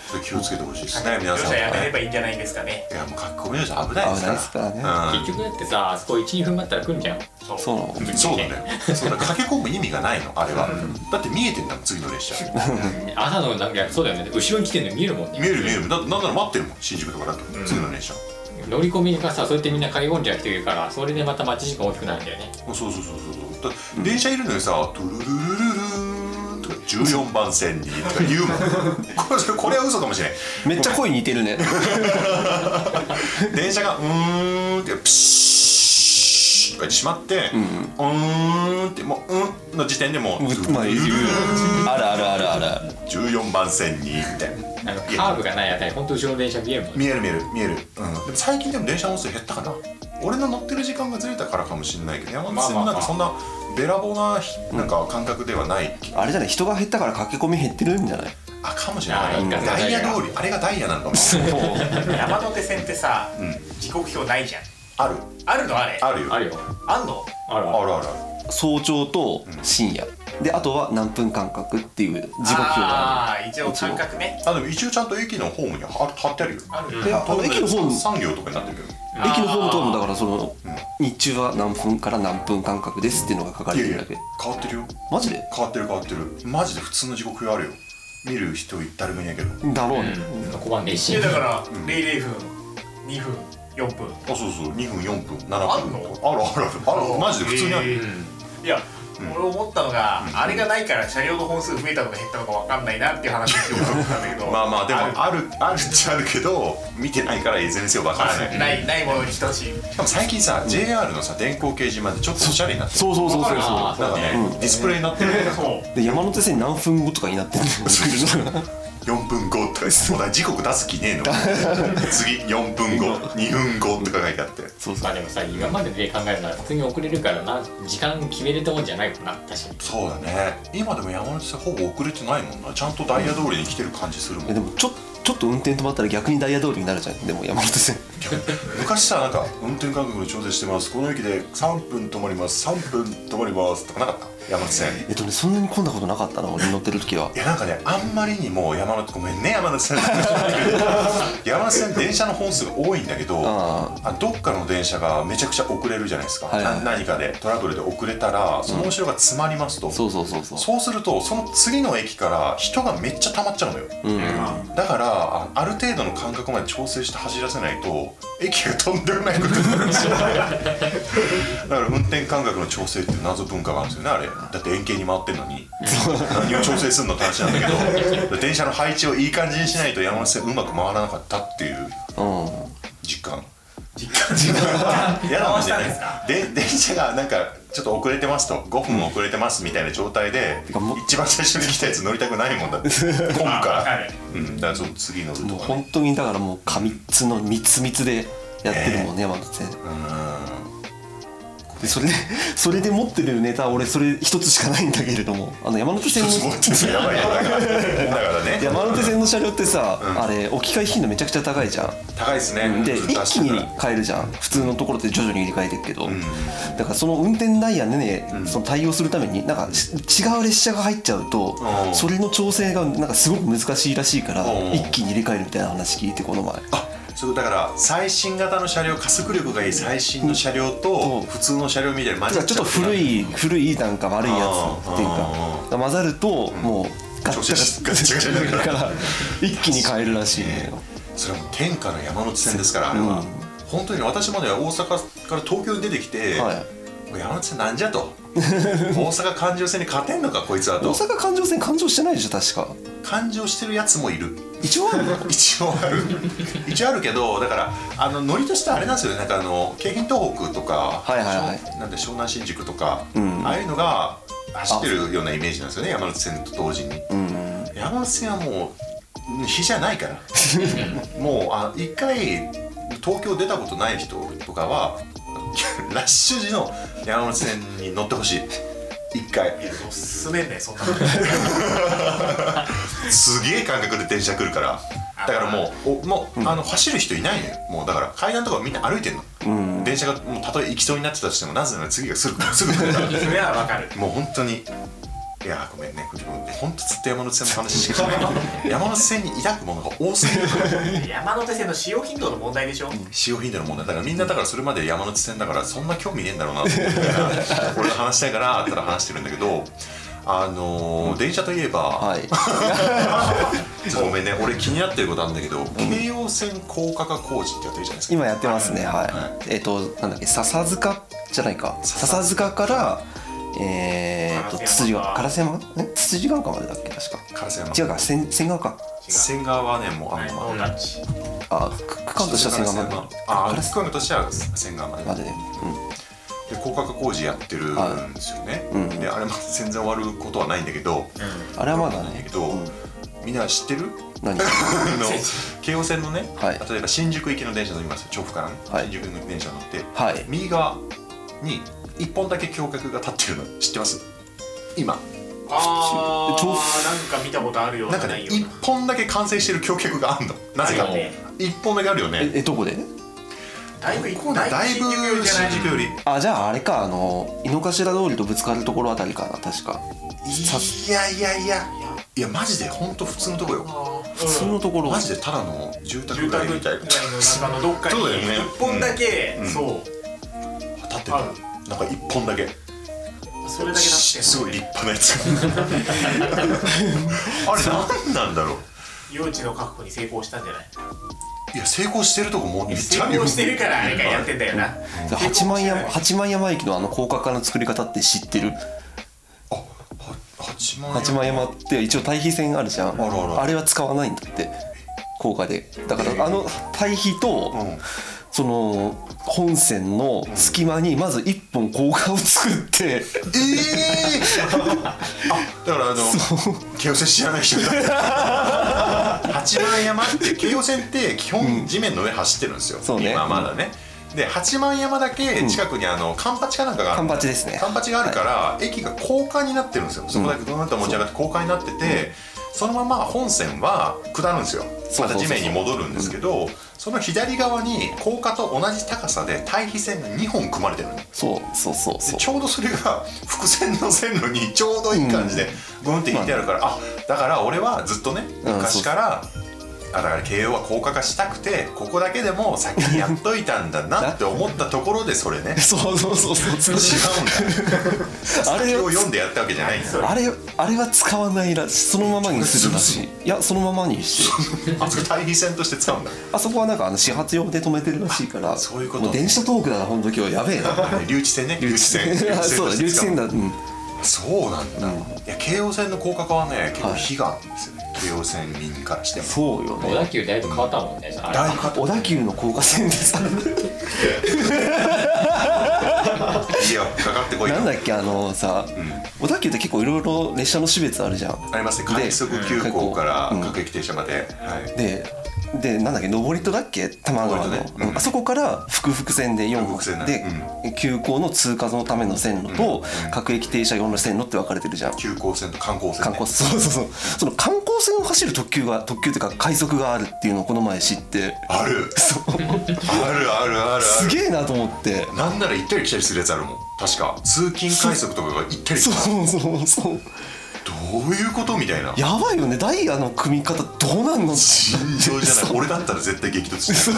A: それ気をつけてほしいですね皆
C: 両
A: さんも
C: 者やめれ
A: ね
C: ばいいんじゃないですかね
A: いやもう格好目じゃ危ないです
D: 危ないですからね
A: うん
E: 結局だってさあそこ12分待ったら来るじゃん
C: そう
D: そうなの
A: そうだね。そうだ駆け込む意味がないのあれは。だって見えてんだもん次の列車。
E: 朝のなんかそうだよね後ろに来てるの見えるもんね
A: 見える見える。だってなんなら待ってるもん新宿とかだと次の列車。
E: 乗り込みがさそうやってみんな買い込んじゃう人いるからそれでまた待ち時間大きくなるんだよね
A: そうそうそうそう。だって電車いるのにさトゥルルルルルーンとか14番線にとか言う もん。これそれこれは嘘かもしれない。
D: めっちゃ声似てるね
A: 電車がうーんってプシューとか閉まってうーんってもううんの時点でもう
D: まあいるあるあるあるあるある
A: 14番線にみたいな。
E: あのカーブがないあたり本当後ろの電車見えるもんね
A: 見える見える見える、うん、でも最近でも電車の数減ったかな俺の乗ってる時間がずれたからかもしれないけど山手線もなんかそんなべらぼうななんか感覚ではない、
D: あれじゃない人が減ったから駆け込み減ってるんじゃない
A: あかもしれない
E: あー
A: ダイヤ通りあれがダイヤなのかもしれない
C: 山手線ってさ
A: ん
C: 時刻表ないじゃん
A: ある
C: あるのあれ
A: あるよ
E: あ
A: ある
E: るよ
C: あんの
E: ある
A: あ
E: ある
A: るある
D: 早朝と深夜であとは何分間隔っていう時刻表があ
C: ああー一応感覚ね
A: あでも一応ちゃんと駅のホームに貼貼ってあるよ
C: ある
D: るであの駅のホーム
A: 産業とかになってるけど
D: 駅のホームとかもだからその日中は何分から何分間隔ですっていうのが書かれ
A: い
D: て
A: やい
D: る
A: や
D: だけ
A: 変わってるよ
D: マジで
A: 変わってる変わってるマジで普通の時刻表あるよ見る人誰もいないけど
D: だろうね
E: 困んねえ
C: い
E: し
C: やだから00分2分4分
A: あそうそう2分4分7分
C: あんの
A: あるあるあるあるマジで普通にある、
C: へーいや、俺思ったのが、あれがないから車両の本数増えたのか減ったのかわかんないなっていう話をしようと思ったんだけど
A: まあまあでも
C: あ
A: あるあるっちゃあるけど見てないからいずれにせよわからな
C: る
A: い
C: ないないものに等しい
A: しかも最近さ JR のさ電光掲示板でちょっとおしゃれになってる
D: そうそうそうそう
E: あ
D: そ
E: ー
A: なんかねディスプレイになってる
C: そう
D: うで山手線何分後とかになってるの
A: 4分後とかそうだ時刻出す気ねえ の次4分後2分後とか書いてあって
D: そうそ
E: まあ
D: う
E: でもさ今までで考えるなら普通に遅れるからな時間決めれたもんじゃないもんな確かに
A: そうだね今でも山手線ほぼ遅れてないもんなちゃんとダイヤ通りに来てる感じするもん
D: えでもちょちょっと運転止まったら逆にダイヤ通りになるじゃんでも山手線
A: 昔さなんか運転間隔の調整してますこの駅で3分止まります3分止まりますとかなかった山手線
D: えっとねそんなに混んだことなかったな俺乗ってる時はい
A: やなんかねあんまりにも山手ごめんね山手 線山手線電車の本数が多いんだけど
D: あ
A: あどっかの電車がめちゃくちゃ遅れるじゃないですか、
D: はいはい
A: な何かでトラブルで遅れたらその後ろが詰まりますと、
D: そうそうそうそう
A: そうするとその次の駅から人がめっちゃ溜まっちゃうのよ、
D: うん
A: だからあある程度の間隔まで調整して走らせないと駅がとんでもないことになるんですよだ から運転間隔の調整っていう謎文化があるんですよねあれだって円形に回ってるのに何を調整するのって話なんだけ ど電車の配置をいい感じにしないと山手線うまく回らなかったっていう
D: うん
A: 実感
C: 実感
A: 嫌な話じゃないですかで電車がなんかちょっと遅れてますと5分遅れてますみたいな状態で、
D: てかもう
A: 一番最初に来たやつ乗りたくないもん だって混む
C: わ
A: か
C: からる
A: うんだからその次乗ると
D: もう
A: かね
D: 本当にだからもう過密の密密でやってるもんね、山手線でそれでそれで持ってるネタ俺それ一つしかないんだけれどもあの山手線
A: 一
D: の
A: つ持ってるやばいやばいだからね
D: 山手線の車両ってさ、あれ置き換え頻度めちゃくちゃ高いじゃん
A: 高いですね、
D: で
A: ずっと
D: 一
A: 走
D: 気
A: って
D: に
A: たら
D: 変えるじゃん普通のところって徐々に入れ替えてるけど、だからその運転ダイヤでね、その対応するためになんかし違う列車が入っちゃうと、
A: うん
D: それの調整がなんかすごく難しいらしいから、
A: うん
D: 一気に入れ替えるみたいな話聞いてこの前
A: あそうだから最新型の車両加速力がいい最新の車両と
D: うん
A: 普通の車両みたいな混
D: だからちょっと古い古いなんか悪いやつっていう
A: あ
D: か混ざるともうガッチ ャガ
A: ガッチャガチャにな
D: ッ
A: るか
D: チ
A: ら
D: ャから一気に変えるらしいのよ
A: それはもう天下の山手線ですからあれは、本当に私までは大阪から東京に出てきて、
D: は
A: もう山手線なんじゃ と大阪環状線に勝てんのかこいつは
D: 大
A: と
D: 阪環状線環状してないでしょ確か
A: 環状してるやつもいる
D: 一応あるの
A: 一応ある一応あるけどだからあのノリとしてあれなんですよねなんかあの京浜東北とか、
D: はいはいはい
A: 湘なんで湘南新宿とか、
D: ん
A: ああいうのが走ってるようなイメージなんですよね山手線と同時に、山手線はもう日じゃないから もうあ一回東京出たことない人とかは ラッシュ時の山手線に乗ってほしい一回
C: いやどうすめんねそんなの
A: すげえ感覚で電車来るからだからもうおもう、あの走る人いないのよもうだから階段とかみんな歩いてんの、電車がもうたとえ行きそうになってたとしてもなぜなら次がすぐすぐ来る から
C: それは わかる
A: もう本当にいやーごめんね自分本当ずっと山手線の話しか してない山手線に抱くものが多すぎる
C: 山手線の使用頻度の問題でしょ
A: 使用頻度の問題だからみんなだからそれまで山手線だからそんな興味ねえんだろうなと思 って俺が話したいからあったら話してるんだけどあのー電車といえば、
D: はい。
A: ちょっとごめんね俺気になってることあるんだけど、京葉線高架化工事ってやってるじゃないですか
D: 今やってますね。はい。えっとなんだっけ笹塚じゃないか。笹塚から。えー、と
C: 烏
D: 筒
C: 山
D: 子川烏山え筒子川丘までだっけ確か
A: 烏山
D: 違うか千千川か
A: 線側はねもうあの、まあ
C: ノータッチ
D: あ区区間としては千川まで
A: あ
D: 烏
A: あ区間としては線側まで
D: までね
A: で高架化工事やってるんですよね、
D: うん
A: であれまだ全然終わることはないんだけど、
D: うんあれはまだ
A: なんだ
D: ね
A: けど、
D: うん
A: みんな知 ってる
D: 何
A: あの京王線のね、
D: はい
A: 例えば新宿行きの電車乗りますよ調布からね、
D: はい
A: 新宿の電車乗って、
D: はい
A: 右側に1本だけ橋脚が立ってるの知ってます今
C: あ
D: 調
C: ーなんか見たことあるよう
A: な
C: なん
A: かね
C: いような
A: 1本だけ完成してる橋脚があんのなぜか
C: あるね
A: 1本だけあるよ
D: え
A: ね
D: えどこで
C: だいぶ
A: こうねだいぶ新宿より
D: あじゃああれかあの井の頭通りとぶつかるところあたりかな確か
A: いやいやいやいやマジでほんと普通のとこよ
D: 普通のところ
A: マジでただの住宅
C: 住
A: 街
C: 宅街
A: みたいな
C: の中のどっかに
A: そうだよね
C: 一本だけ
A: うん
C: そ
A: 立ってる
C: あ
A: なんか一本だけ
C: うそれだけ出して
A: すごい立派なやつ あれ何なんだろう
C: 用地の確保に成功したんじゃない
A: いや成功してるとこもうめっ
C: 成
A: ちゃあるよ
C: 功してるからあれがやってんだよな
D: 八幡山八幡山駅のあの高架化の作り方って知ってる
A: あは八万円
D: 八幡山って一応対比線あるじゃん
A: あるある
D: れは使わないんだって高架でだからあの対比と、
A: うん
D: その本線の隙間にまず一本高架を作って、
A: え えー、あだからあの京王線知らない人だ 八幡山って京王線って基本地面の上走ってるんですよ、
D: そうね
A: 今まだね、で八幡山だけ近くにあのカンパチかなんかがある
D: カンパチですね
A: カンパチがあるから、駅が高架になってるんですよそこだけどんと持ち上がって高架になってて、そのまま本線は下るんですよ
D: そ
A: ま
D: うそうそう
A: た地面に戻るんですけどその左側に高架と同じ高さで対比線が2本組まれてるの
D: そうそうそう
A: で
D: そう
A: ちょうどそれが伏線の線路にちょうどいい感じでグンって引いてあるから、あだから俺はずっとね
D: うん
A: 昔から、あだから慶応は高架化したくてここだけでも先にやっといたんだなって思ったところでそれね
D: そうそうそう そう
A: 違うんだ
D: あれ
A: 先を読んでやったわけじゃないんだ
D: あれあれは使わないらしいそのままにするらしいいやそのまま にして
A: あそこ対比線として使うんだ
D: あそこはなんかあの始発用で止めてるらしいから
A: そういうこと
D: もう電車トークだな本当今日やべえな
A: 留置線ね留置線
D: あ そうだ留置線だうん
A: そうなんだ、
D: うん
A: いや京王線の高架化はね結構悲願ですよね、京王線民からしても
D: そうよ
E: 小
D: ね
E: 田急だいぶ変わったもんねあれ
A: だいぶ
D: 小田急の高架線で さ
A: いやかかってこいよ
D: なんだっけあのさ、小田急って結構いろいろ列車の種別あるじゃん
A: ありますね
D: で
A: 快速急行から
D: うん
A: 各駅停車まで、はい
D: ででなんだっけ上りとだっけ多摩川の、
A: 上りとねうん
D: あそこから福々線で4
A: 福々線
D: 本
A: ね
D: で、急行の通過のための線路と、各駅停車用の線路って分かれてるじゃん
A: 急行線と観光線、
D: 観
A: ね、
D: 光 そうそうそうその観光線を走る特急が特急っていうか快速があるっていうのをこの前知って
A: ある
D: そう
A: あるあるあるあ
D: す
A: る
D: げえなと思って
A: なんなら行ったり来たりするやつあるもん確か通勤快速とかが行ったり来
D: そ
A: たり
D: うそうそう
A: どういうことみたいな
D: やばいよねダイヤの組み方どうなんの
A: 尋常じゃない俺だったら絶対激突してる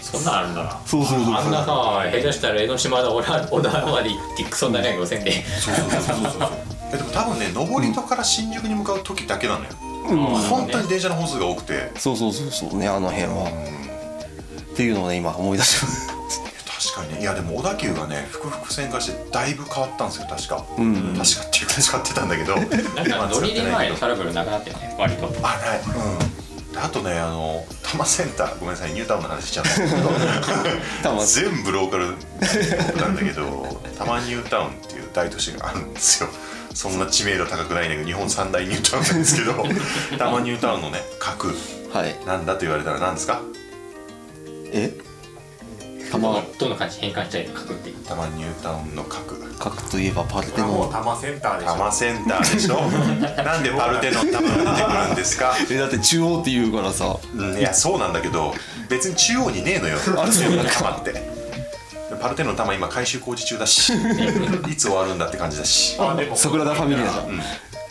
E: そんなんあるんだな
D: そうそうそう
E: あんなさ下手したら江ノ島だ小田小田まで行ってクソ長い路線で
A: そうそうそうそうそう えでも多分ね上り戸から新宿に向かう時だけなのよ、本当に電車の本数が多くて
D: そうそうそうそうねあの辺は、っていうのをね今思い出しました
A: 確かにねいやでも小田急がね福々線化してだいぶ変わったんですよ確か、確かっていうか使ってたんだけど
E: なんか乗り入れ前のトラブルなくなってるね割と
A: あない、うん、あとねあの多摩センターごめんなさいニュータウンの話しちゃうんですけど
D: 多分
A: 全部ローカルなんだけど多摩ニュータウンっていう大都市があるんですよそんな知名度高くないんだけど日本三大ニュータウンなんですけど 多摩ニュータウンのね核
D: はい
A: なんだと言われたら何ですか
D: え
E: まあ、どの感じに変換したいか書くっていう
A: たまニュータウンの角
D: 書くといえばパルテ
C: れはもう
D: ノ
C: 多摩センターでし
A: タ
C: ょ
A: マセンターでし ょなんでパルテノンタマが出てくるんですか、
D: ンえだって中央って言うからさ
A: うん、いやそうなんだけど別に中央にねえのよパルテノンのタマってパルテノンのタマ今改修工事中だ しいつ終わるんだって感じだし
C: あでも
D: 桜田ファミリアじゃん
C: フ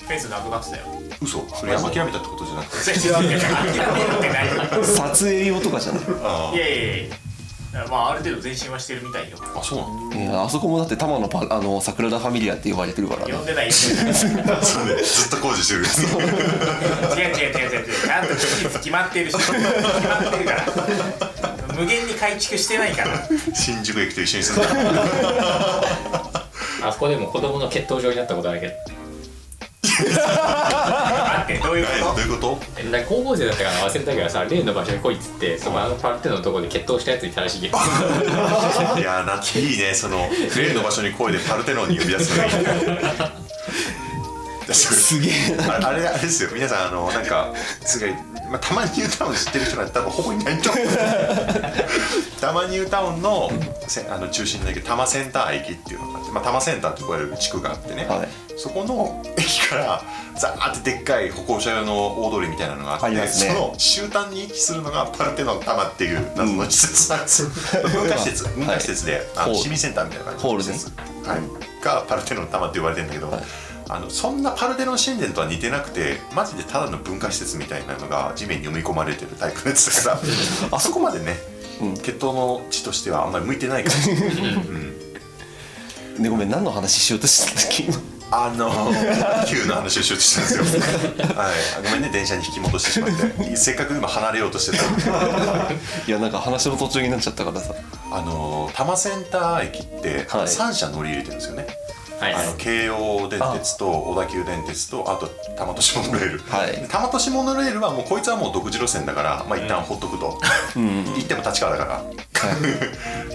C: ェンスなくなってたよ
A: 嘘それ諦めたってことじゃなくて
C: 全然諦めてない
D: 撮影用とかじゃない
A: あ
C: いやいやいやまあある程度前進はしてるみたいよ
A: あそうなん
D: いやあそこもだって玉のパあの桜田ファミリアって呼ばれてるからね
C: 呼んでない呼んでない
A: だそうね ずっと工事してる
C: 違う違う違う違う違うちゃんと期日決まってるし決まってるから無限に改築してないから
A: 新宿駅と一緒に住んだ
E: あそこでも子供の血糖症になったことあるけど
C: 待ってどういう
A: ど
C: こ
A: ういうこと
E: えなんか高校生だったから忘れたけどさ例の場所に来いっつってそのあのパルテノのとこで決闘したやつに正しいけど
A: いやーなっていいねその例の場所に声でパルテノンに呼び出すのがいいすげえああれあれですよ皆さんあのなんかすごい、まあ、たまにニュータウン知ってる人なんて多分ほぼいないと思うたまニュータウンのせあの中心の駅多摩センター駅っていうのがあって、まあ、多摩センターって呼ばれる地区があってね、
D: はい
A: そこの駅からザーってでっかい歩行者用の大通りみたいなのがあって
D: ありますね
A: その終端に位置するのがパルテノンタマっていう謎の施設なんですよ、文化施設文化施設で、あの
D: ホール
A: 市民センターみたいな感じ
D: ホー
A: の
D: ル
A: 施
D: ね
A: 設、はい、がパルテノンタマって呼ばれてるんだけど、あのそんなパルテノン神殿とは似てなくてマジでただの文化施設みたいなのが地面に埋め込まれてるタイプのやつだから あそこまでね、血統の地としてはあんまり向いてない から
D: でごめん何の話しようとしてた っけ
A: あの Q の話をしようとしたんですよ。はい、ごめんね電車に引き戻してしまって、せっかく今離れようとしてたのに。
D: 今いやなんか話の途中になっちゃったからさ
A: あの多摩センター駅って
D: はい
A: 三社乗り入れてるんですよね。
E: はい
A: あの京葉電鉄と小田急電鉄とあと多摩都市モノレール、
D: はい
A: 多摩都市モノレールはもうこいつはもう独自路線だから、まあ、一旦ほっとくと、行っても立川だから、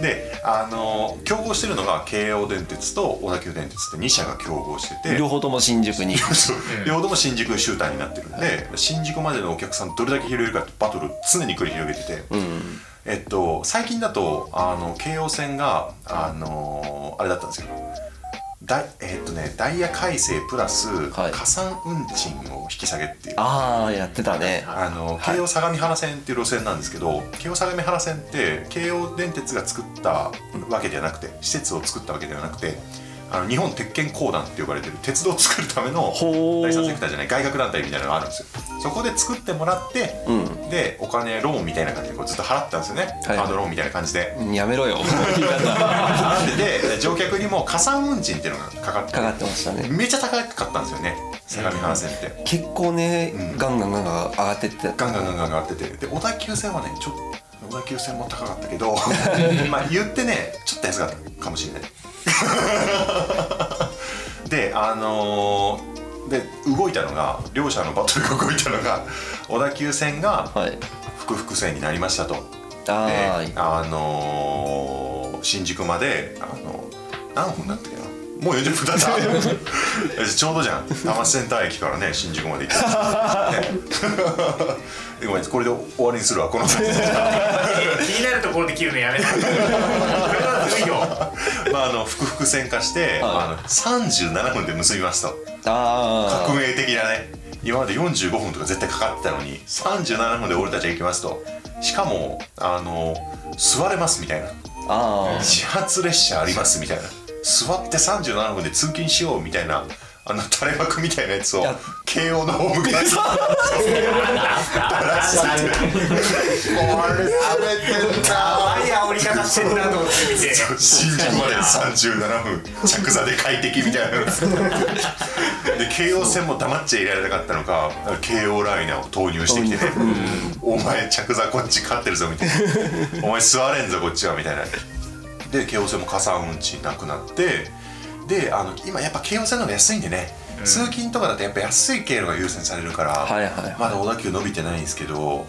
A: であの競合してるのが京葉電鉄と小田急電鉄って2社が競合してて
D: 両方とも新宿に
A: そう両方とも新宿集団になってるんで、新宿までのお客さんどれだけ拾えるかってバトル常に繰り広げてて、えっと、最近だとあの京王線があのーあれだったんですよだえっとね、ダイヤ改正プラス
D: はい
A: 加算運賃を引き下げっていう、
D: ああやってたね
A: あの京王相模原線っていう路線なんですけど京王相模原線って京王電鉄が作ったわけではなくて施設を作ったわけではなくてあの日本鉄拳公団って呼ばれてる鉄道を作るための
D: ほう
A: 第三セクターじゃない外郭団体みたいなのがあるんですよそこで作ってもらって、でお金ローンみたいな感じでこうずっと払ってたんですよね、
D: はい
A: カードローンみたいな感じで
D: やめろよ
A: 払 っててで乗客にも加算運賃っていうのがかかって
D: かかってましたね
A: めっちゃ高かったんですよね相模原線って。
D: 結構ね、
A: うん
D: ガンガンガンガン上がってって
A: ガンガンガンガン上がっててで小田急線はねちょっと小田急線も高かったけどまあ言ってねちょっと安かったかもしれないであのーで動いたのが両者のバトルが動いたのが小田急線が
D: はい
A: 複々線になりましたとで
D: あー
A: あのー新宿まで、あの何分だったっけなもう40分だったえちょうどじゃん多摩センター駅からね新宿まで行って、ね でごめんこれで終わりにするわこの
C: と気になるところで切るのやめてこれはずるいよ
A: まああの複々線化して、あの37分で結びますと
D: あ
A: 革命的なね今まで45分とか絶対かかってたのに37分で俺たちは行きますとしかもあの座れますみたいな
D: ああ
A: 始発列車ありますみたいな座って37分で通勤しようみたいなあの垂れ幕みたいなやつを
D: や
A: 慶応のホームかららして俺食べてん
C: あ
A: だ
C: あいや煽り方してんなと思って見て
A: 新宿まで37分着座で快適みたいなので京王線も黙っちゃいられなかったのか京王ライナーを投入してきてね「お前着座こっち勝ってるぞ」みたいな「お前座れんぞこっちは」みたいなで京王線も加算運賃なくなってであの今やっぱ京王線の方が安いんでね、通勤とかだとやっぱ安い経路が優先されるから、
D: はいはいはい
A: まだ小田急伸びてないんですけど、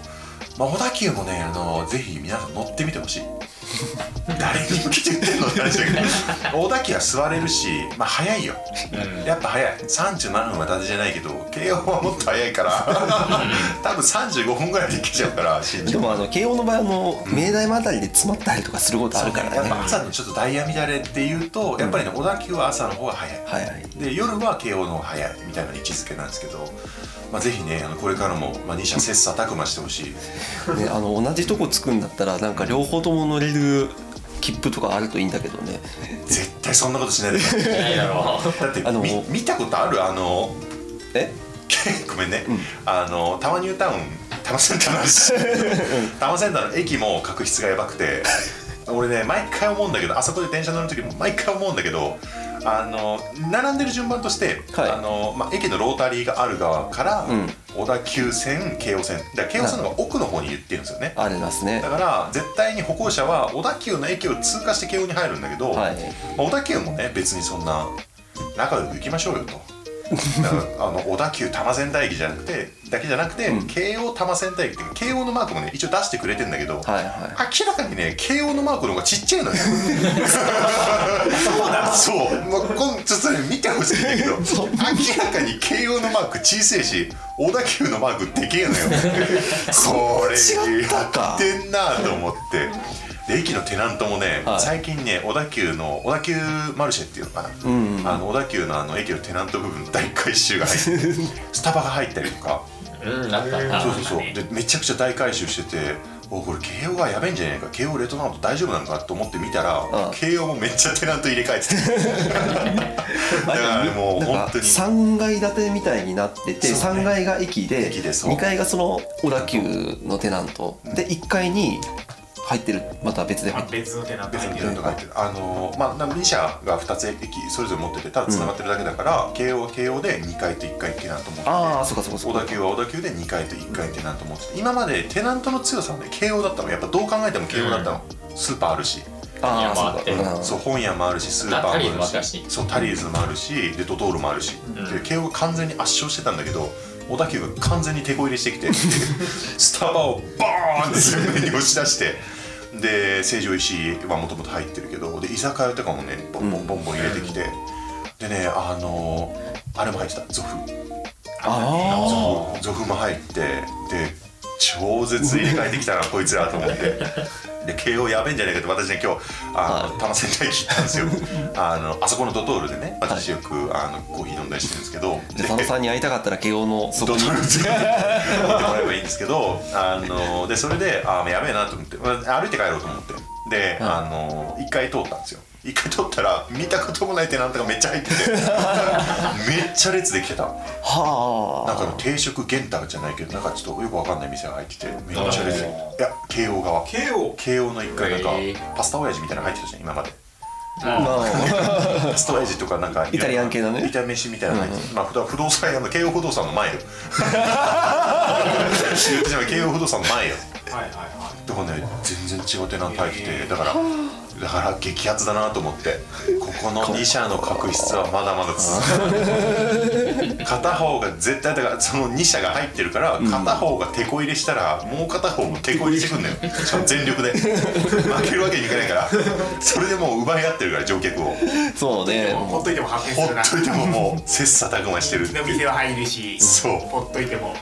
A: まあ、小田急もねあのぜひ皆さん乗ってみてほしい誰に向けて言ってんのって話だけど大滝は座れるしまあ早いよやっぱ早い37分は伊達じゃないけど慶応はもっと早いから多分35分ぐらいで行けちゃうから新
D: で
A: 宿
D: もあの慶応の場合あの明大またりで詰まったりとかすることあるからね
A: やっぱ朝のちょっとダイヤ乱れっていうとやっぱりね小田急は朝の方が早い
D: はいはい
A: で夜は慶応の方が早いみたいな位置づけなんですけど、まあ、ぜひねあのこれからも、まあ、2社切磋琢磨してほしい
D: ね、あの同じとこ着くんだったらなんか両方とも乗れる切符とかあるといいんだけどね
A: 絶対そんなことしないでくだ さい
E: ないだろう
A: だって
D: あの
A: み見たことあるあの
D: え
A: ごめんね、あのタワニュータウンタワセンターの話タワセンターの駅も確執がやばくて俺ね毎回思うんだけどあそこで電車乗る時も毎回思うんだけどあの並んでる順番として、
D: はい
A: あのまあ、駅のロータリーがある側から、
D: ん
A: 小田急線京王線だから京王線の方が奥の方に言ってるんですよね
D: ありますね
A: だから絶対に歩行者は小田急の駅を通過して慶応に入るんだけど、
D: はい
A: まあ小田急もね別にそんな仲良く行きましょうよと。だからあの小田急多摩仙台駅じゃなくてだけじゃなくて、慶応多摩仙台駅って慶応のマークもね一応出してくれてんだけど、
D: はいは
A: 明らかにね慶応のマークの方がちっちゃい のよそうだそう、まあ、こんちょっとね見てほしいんだけど 明らかに慶応のマーク小さいし小田急のマークでけえのよこれ
D: 違った
A: や
D: か
A: ってんなと思って。で駅のテナントもね、
D: はい
A: 最近ね小田急の小田急マルシェっていうのかな、あの小田急のあの駅のテナント部分大改修が入 ってスタバが入ったりとか
E: うんなったな
A: そうそうそうでめちゃくちゃ大回収してておこれ慶応がやべえんじゃねえか慶応レトナント大丈夫なのかと思って見たら
D: うん
A: 慶応もめっちゃテナント入れ替 えててだからねもう
D: いなん
A: 本
D: か
A: 当に
D: 3階建てみたいになってて、
A: そうね
D: 3階が駅で
A: 駅でそう
D: 2階がその小田急のテナントで1階に入ってるまた別で入
C: あ
D: ってる
C: 別の手なんだ
A: 別にテナントが入ってるあのーまあなんか2社が2つ駅それぞれ持っててただつながってるだけだから、慶応は慶応で2階と1階テナント持ってて
D: ああそうかそうかそ
A: 小
D: うか
A: 田急は小田急で2階と1階テナント持ってて今までテナントの強さはね慶応だったのやっぱどう考えても慶応だったの、スーパーあるし
D: ああそう
E: いやまあ
D: か、うん
A: そう本屋もあるしスーパーもあ
E: タ
A: る
E: リ
A: し
E: ーズもあったし
A: そうタリーズもあるしでドトールもあるし、で慶応が完全に圧勝してたんだけど小田急が完全に手こ入れしてき てスタバをバーンってすぐに押し出してで成城石井はもともと入ってるけどで居酒屋とかもねボンボンボンボン入れてきて、でねあのーあれも入ってたゾフ
D: あ
A: ゾフゾフも入ってで超絶入れ替えてきたなこいつらと思 ってで慶応やべえんじゃないかって私ね今日あの多摩仙台駅行ったん ですよあのあそこのドトールでね私よく、あのコーヒー飲んだりしてるんですけど
D: あじゃあ佐野さんに会いたかったら慶応のそこ
A: ド
D: に
A: トール で行ってもらえばいいんですけどあのでそれであやべえなと思ってまあ歩いて帰ろうと思ってで、あの一回通ったんですよ一回通ったら見たこともないテナントがめっちゃ入ってて めっちゃ列できてたなんか
D: は
A: の定食玄太じゃないけどなんかちょっとよくわかんない店が入っててめっちゃ列いや慶応側
C: 慶応
A: 慶応の一回なんか
E: へー
A: パスタ親父みたいなの入ってたじゃん今まで
D: あまあ
A: パスタ親父とかなんか
D: イタリアン系だね
A: 炒め飯みたいなの入っててまあ普段不動産屋の慶応不動産の 前よ 言ってしまえば慶応不動産の前よ
C: はいはいはい
A: でもね全然違うテナント入っててだからだから激アツだなと思ってここの2社の確執はまだまだ続 く片方が絶対だからその2社が入ってるから片方が手こ入れしたらもう片方も手こ入れしてくんだよしかも全力で負けるわけにいかないからそれでもう奪い合ってるから乗客をほっ
D: そうね
C: ほっといても発見するな
A: といてももう切磋琢磨してるって
C: で
A: いう
C: 店は入るし
A: そう
C: ほっといても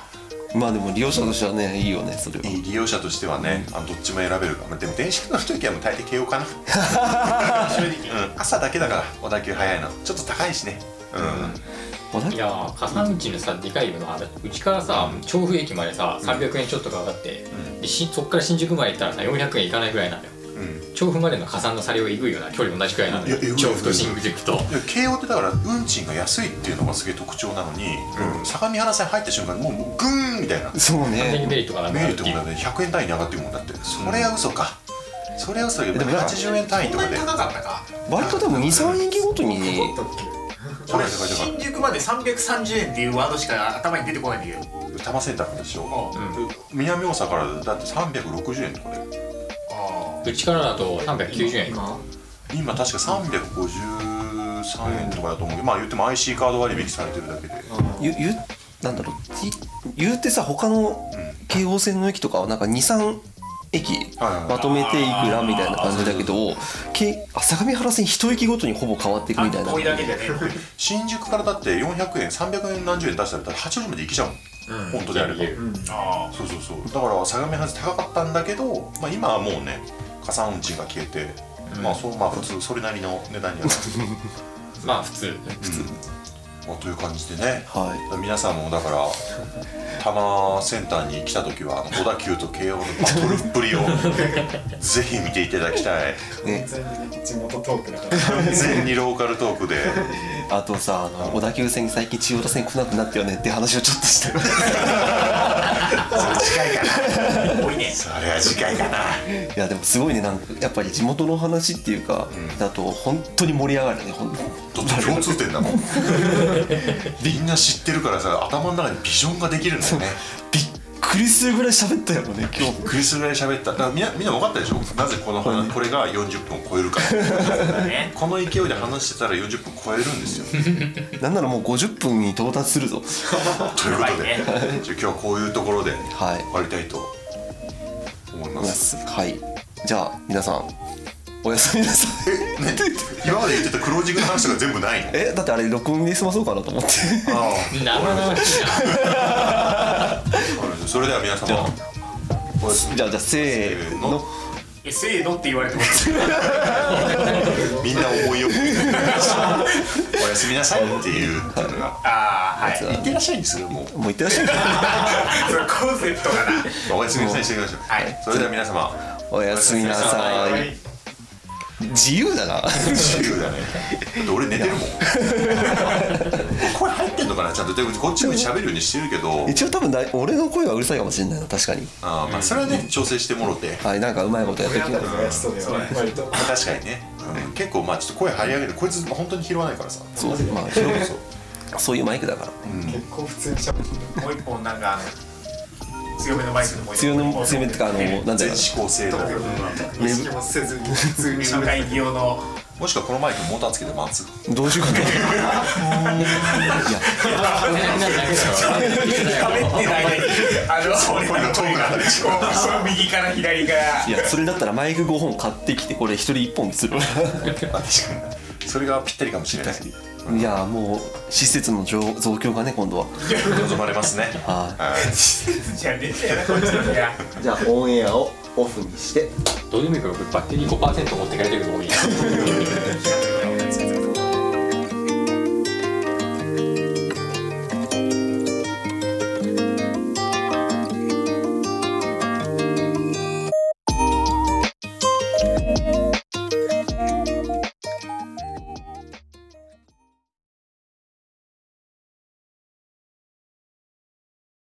D: まあでも利用者としてはねいいよねそれはい
A: い利用者としてはね、あのどっちも選べるからまあでも電車乗る時はもう大抵慶応かな正直、うん、朝だけだから小田急早いのちょっと高いしねうん
D: 小田
E: い
D: 急
E: やー笠道のさでかいのあれうちからさ調布駅までさ300円ちょっとかかって、でしそっから新宿まで行ったらさ400円いかないぐらいなんだよ
A: うん
E: 調布までの加算の差量えぐいよな距離同じくらいなんだよ
A: いやえぐい
E: 調布と新宿と
A: で慶応ってだから運賃が安いっていうのがすげえ特徴なのに、うん相模原線入った瞬間にもうもうグーンみたいな
D: そう
E: 完全に
D: ね
E: メリットがなく
A: メ
E: な
A: ー
E: る
A: ル
E: っ
A: と
E: てい
A: か
E: う
A: がね100円単位に上がってるもんだってそれは嘘か、それは嘘だけど
D: でもなんか
A: 80円単位と
C: こん
A: か
C: なに
A: で
C: 高かったか
D: 割とでも23駅ごとに
F: 思ったっけ
A: 高い高い高
C: 俺
A: い
C: 新宿まで330円っていうワードしか頭に出てこないんだけど
A: 多摩センターでしょ、
C: あ
A: で南大阪からだって360円とかで
C: あ
E: うちからだと390円
F: 今
A: 今確か353円とかだと思うけど、まあ言っても IC カード割引されてるだけで、
D: ゆゆなんだろうい言うてさ他の京王線の駅とかはなんか23駅
A: はいはい
D: まとめていくらみたいな感じだけどけあ相模原線一駅ごとにほぼ変わっていくみたいな
C: こいだけじゃねえ
A: 新宿からだって400円300円何十円出したら多分八王子まで行けちゃうもん、本当であれば
E: いける
C: あ
A: そうそうそうだから相模原高かったんだけど、まあ、今はもうね加算運賃が消えて、まあそうまあ普通それなりの値段にはなる
E: まあ普通
A: まあという感じでね、
D: は
A: 皆さんもだから多摩センターに来た時はあの小田急と慶応のバトルっぷりをぜひ見ていただきたい
D: ね
F: 全然地元トークだから
A: 完全にローカルトークで
D: あとさあの小田急線最近千代田線来なくなったよねって話をちょっとした
C: あ近いから多いね
A: あれは次回かない
D: やでもすごいねなんかやっぱり地元の話っていうか、だと本当に盛り上がるねほんと
A: だって共通点だ もんみんな知ってるからさ頭の中にビジョンができるんだよね
D: びっくりするぐらい喋ったよね今日
A: クリスぐらい喋っただからみんなみんな分かったでしょなぜこの話、これが40分を超える か
C: ね
A: この勢いで話してたら40分超えるんですよ
D: なんならもう50分に到達するぞ
A: ということで、
C: や
A: じゃあ今日はこういうところで
D: はい
A: 終わりたいと思いま
D: いますすはいじゃあ皆さんおやすみなさい
A: 今まで言ってたクロージングの話とか全部ないの
D: えだってあれ録音で済まそうかなと思って
A: あ
E: 生々しいな
A: あそれでは皆様おやすみ
D: じゃあじゃあせーの
C: えせーのって言われても
A: みんな思いよくおやすみなさいっていうのが
C: ああはい
A: いってらっしゃいにするもう
D: もういってらっ しゃい
C: それコンセプトかな
A: おやすみなさいにしていきましょう、
C: はい
A: それでは皆様
D: おやすみなさい自由だな
A: 自由だねだって俺寝て るもん声入ってんのかなちゃんとでもこっちも喋るようにしてるけど
D: 一応多分だい俺の声はうるさいかもしれないな確かに
A: あーまあそれはね調整してもろて
D: はいなんかうまいことやってき
F: 親
D: た
F: だり増 やしそうだよね割と
A: 確かにね、うん結構まあちょっと声張り上げるこいつ本当に拾わないからさ
D: そうまあ広くそういうマイクだから
F: 結構普通に喋ってる
C: もう一本なんかあの強めのバイクでもう一
D: 強
C: 本
D: め強めってかあのなんだ
A: 全
D: ろう
A: 指向性の
F: 意識もせずに普通に
C: 目
F: 喋
C: の
F: ってる
C: 会議用の
A: もしくはこのマイクモーターつけて待つ
D: などうしようかないや
E: ななな
C: 喋ってる間にあのそれ
A: が遠くなるでしょ
C: 右から左から
D: いやそれだったらマイク5本買ってきてこれ一人1本にする
A: あ確かにそれがぴったりかもしれない
D: いやもう施設の増増強がね今度は
A: 望まれますね
D: は
A: はい
C: じゃねえんだよなこいつの部屋
D: いじゃあオンエアをオフにして
E: どうでもいいから僕バッテリー5%持ってかれてるとこいいな